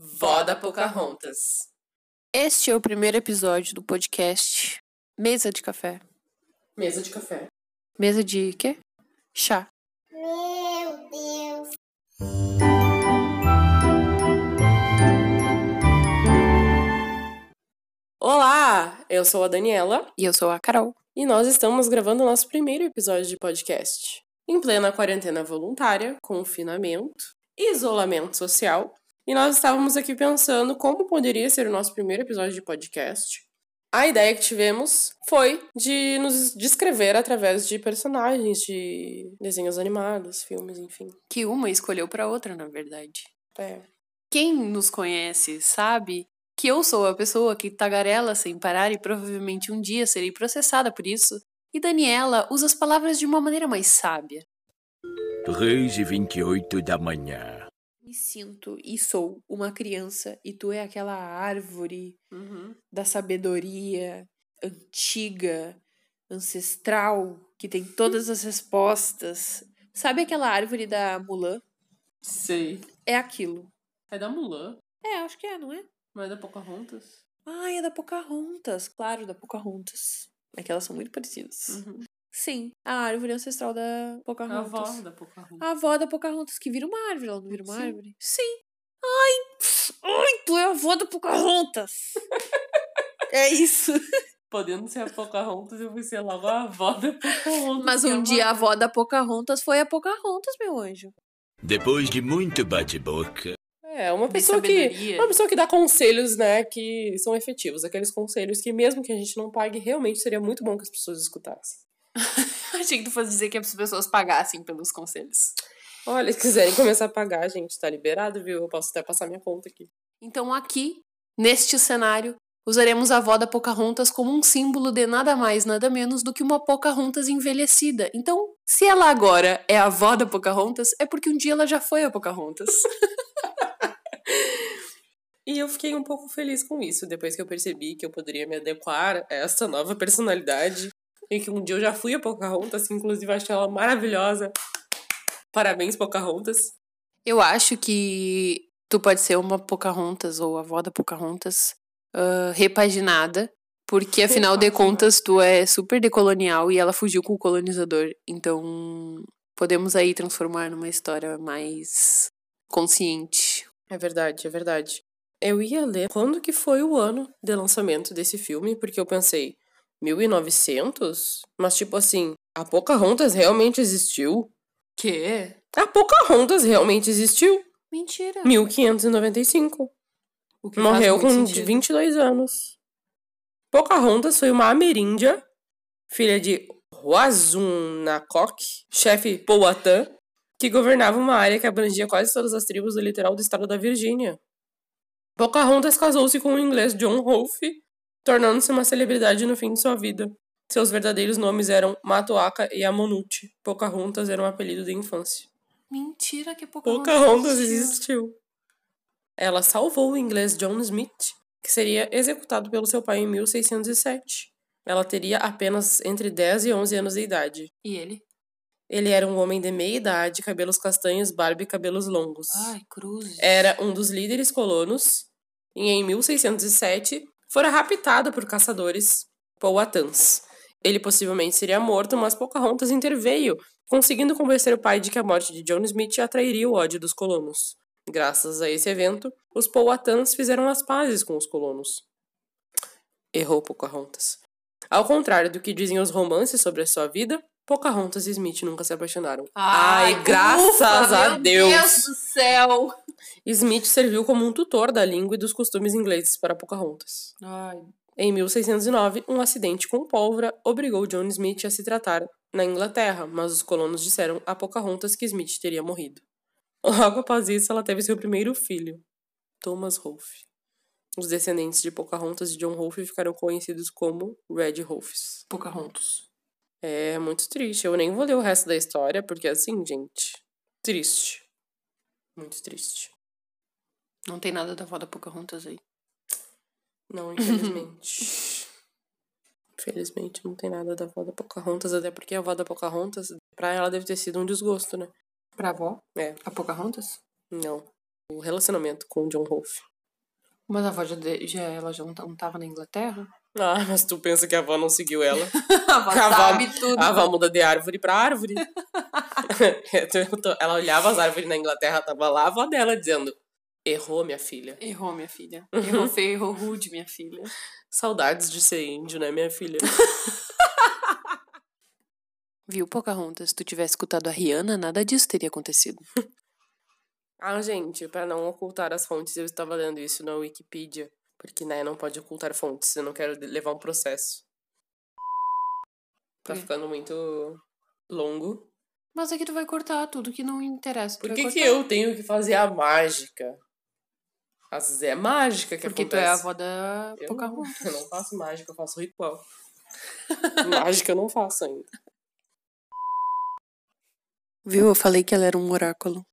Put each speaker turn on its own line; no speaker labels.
Vó da Pocahontas.
Este é o primeiro episódio do podcast Mesa de Café.
Mesa de café.
Mesa de quê? Chá.
Meu Deus!
Olá, eu sou a Daniela
E eu sou a Carol.
e nós estamos gravando o nosso primeiro episódio de podcast. Em plena quarentena voluntária, confinamento, isolamento social, e nós estávamos aqui pensando como poderia ser o nosso primeiro episódio de podcast. A ideia que tivemos foi de nos descrever através de personagens, de desenhos animados, filmes, enfim.
Que uma escolheu pra outra, na verdade.
É.
Quem nos conhece sabe que eu sou a pessoa que tagarela sem parar e provavelmente um dia serei processada por isso. E Daniela usa as palavras de uma maneira mais sábia.
3 e 28 da manhã.
Me sinto e sou uma criança, e tu é aquela árvore
Uhum.
da sabedoria antiga, ancestral, que tem todas as respostas. Sabe aquela árvore da Mulan?
Sei.
É aquilo.
É da Mulan,
É, acho que é, não é?
não é da Pocahontas?
Ah, é da Pocahontas, claro, da Pocahontas. É que elas são muito parecidas. Sim, a árvore ancestral da
A
Pocahontas.
avó é da Pocahontas.
A avó da Pocahontas, que vira uma árvore. Ela não vira uma
Sim.
árvore? Sim. Ai, pff, ai, tu é a avó da Pocahontas. é isso.
Podendo ser a Pocahontas, eu fui ser logo a avó da Pocahontas.
Mas
que é
um
uma-
dia a avó da Pocahontas foi a Pocahontas, meu anjo.
Depois de muito bate-boca,
É, uma
De
pessoa que...
sabedoria.
Uma pessoa que dá conselhos, né, que são efetivos. Aqueles conselhos que mesmo que a gente não pague, realmente seria muito bom que as pessoas escutassem.
Achei que tu fosse dizer que as pessoas pagassem pelos conselhos.
Olha, se quiserem começar a pagar, gente, tá liberado, viu? Eu posso até passar minha conta aqui.
Então aqui, neste cenário, usaremos a avó da Pocahontas como um símbolo de nada mais, nada menos do que uma Pocahontas envelhecida. Então, se ela agora é a avó da Pocahontas, é porque um dia ela já foi a Pocahontas.
E eu fiquei um pouco feliz com isso, depois que eu percebi que eu poderia me adequar a essa nova personalidade. E que um dia eu já fui a Pocahontas, inclusive achei ela maravilhosa. Parabéns, Pocahontas.
Eu acho que tu pode ser uma Pocahontas ou a avó da Pocahontas ah, repaginada, porque afinal de
Repaginada.
contas tu é super decolonial e ela fugiu com o colonizador. Então podemos aí transformar numa história mais consciente.
É verdade, é verdade. Eu ia ler quando que foi o ano de lançamento desse filme, porque eu pensei, 1900? Mas tipo assim, a Pocahontas realmente existiu?
Quê?
A Pocahontas realmente existiu?
Mentira.
1595.
O que faz
Morreu
muito
com
sentido.
22 anos. Pocahontas foi uma ameríndia, filha de Huazunacok, chefe Powhatan, que governava uma área que abrangia quase todas as tribos do litoral do estado da Virgínia. Pocahontas casou-se com o inglês John Rolfe, tornando-se uma celebridade no fim de sua vida. Seus verdadeiros nomes eram Matoaka e Amonute. Pocahontas era um apelido de infância.
Mentira que Pocahontas,
Pocahontas
existiu.
existiu. Ela salvou o inglês John Smith, que seria executado pelo seu pai em 1607. Ela teria apenas entre 10 e 11 anos de idade.
E ele?
Ele era um homem de meia idade, cabelos castanhos, barba e cabelos longos.
Ai, cruzes.
Era um dos líderes colonos e em 1607 fora raptado por caçadores Powhatans. Ele possivelmente seria morto, mas Pocahontas interveio, conseguindo convencer o pai de que a morte de John Smith atrairia o ódio dos colonos. Graças a esse evento, os Powhatans fizeram as pazes com os colonos. Errou Pocahontas. Ao contrário do que dizem os romances sobre a sua vida, Pocahontas e Smith nunca se apaixonaram. Ai, graças
ufa,
a
meu
Deus!
Deus do céu!
Smith serviu como um tutor da língua e dos costumes ingleses para Pocahontas.
Ai,
Em 1609, um acidente com pólvora obrigou John Smith a se tratar na Inglaterra, mas os colonos disseram a Pocahontas que Smith teria morrido. Logo após isso, ela teve seu primeiro filho, Thomas Rolfe. Os descendentes de Pocahontas e John Rolfe ficaram conhecidos como Red Rolfes.
Pocahontas.
É muito triste. Eu nem vou ler o resto da história, porque assim, gente, triste. Muito triste.
Não tem nada da avó da Pocahontas aí.
Não, infelizmente. infelizmente não tem nada da avó da Pocahontas, até porque a avó da Pocahontas, pra ela deve ter sido um desgosto, né?
Pra avó?
É.
A Pocahontas?
Não. O relacionamento com o John Rolfe.
Mas a avó já, de- já- ela já não, tá- não tava na Inglaterra?
Ah, mas tu pensa que a avó não seguiu ela?
A avó
A avó-
sabe tudo.
A avó muda de árvore pra árvore. Eu tô- ela olhava as árvores na Inglaterra, tava lá a avó dela dizendo: Errou, minha filha.
Errou, minha filha.
Uhum.
Errou feio, errou rude, minha filha.
Saudades de ser índio, né, minha filha?
Viu, Pocahontas? Se tu tivesse escutado a Rihanna, nada disso teria acontecido.
Ah, gente, pra não ocultar as fontes, eu estava lendo isso na Wikipedia. Porque, né, não pode ocultar fontes, eu não quero de- levar um processo. Tá
Por quê?
ficando muito longo.
Mas aqui tu vai cortar tudo que não interessa. Tu
Por
vai
que, que
cortar.
eu tenho que fazer a mágica? Às vezes é mágica que
Porque tu é a
acontece.
avó da
Eu não,
Pocahontas.
eu não faço mágica, eu faço ritual. mágica eu não faço ainda.
Viu? Eu falei que ela era um oráculo.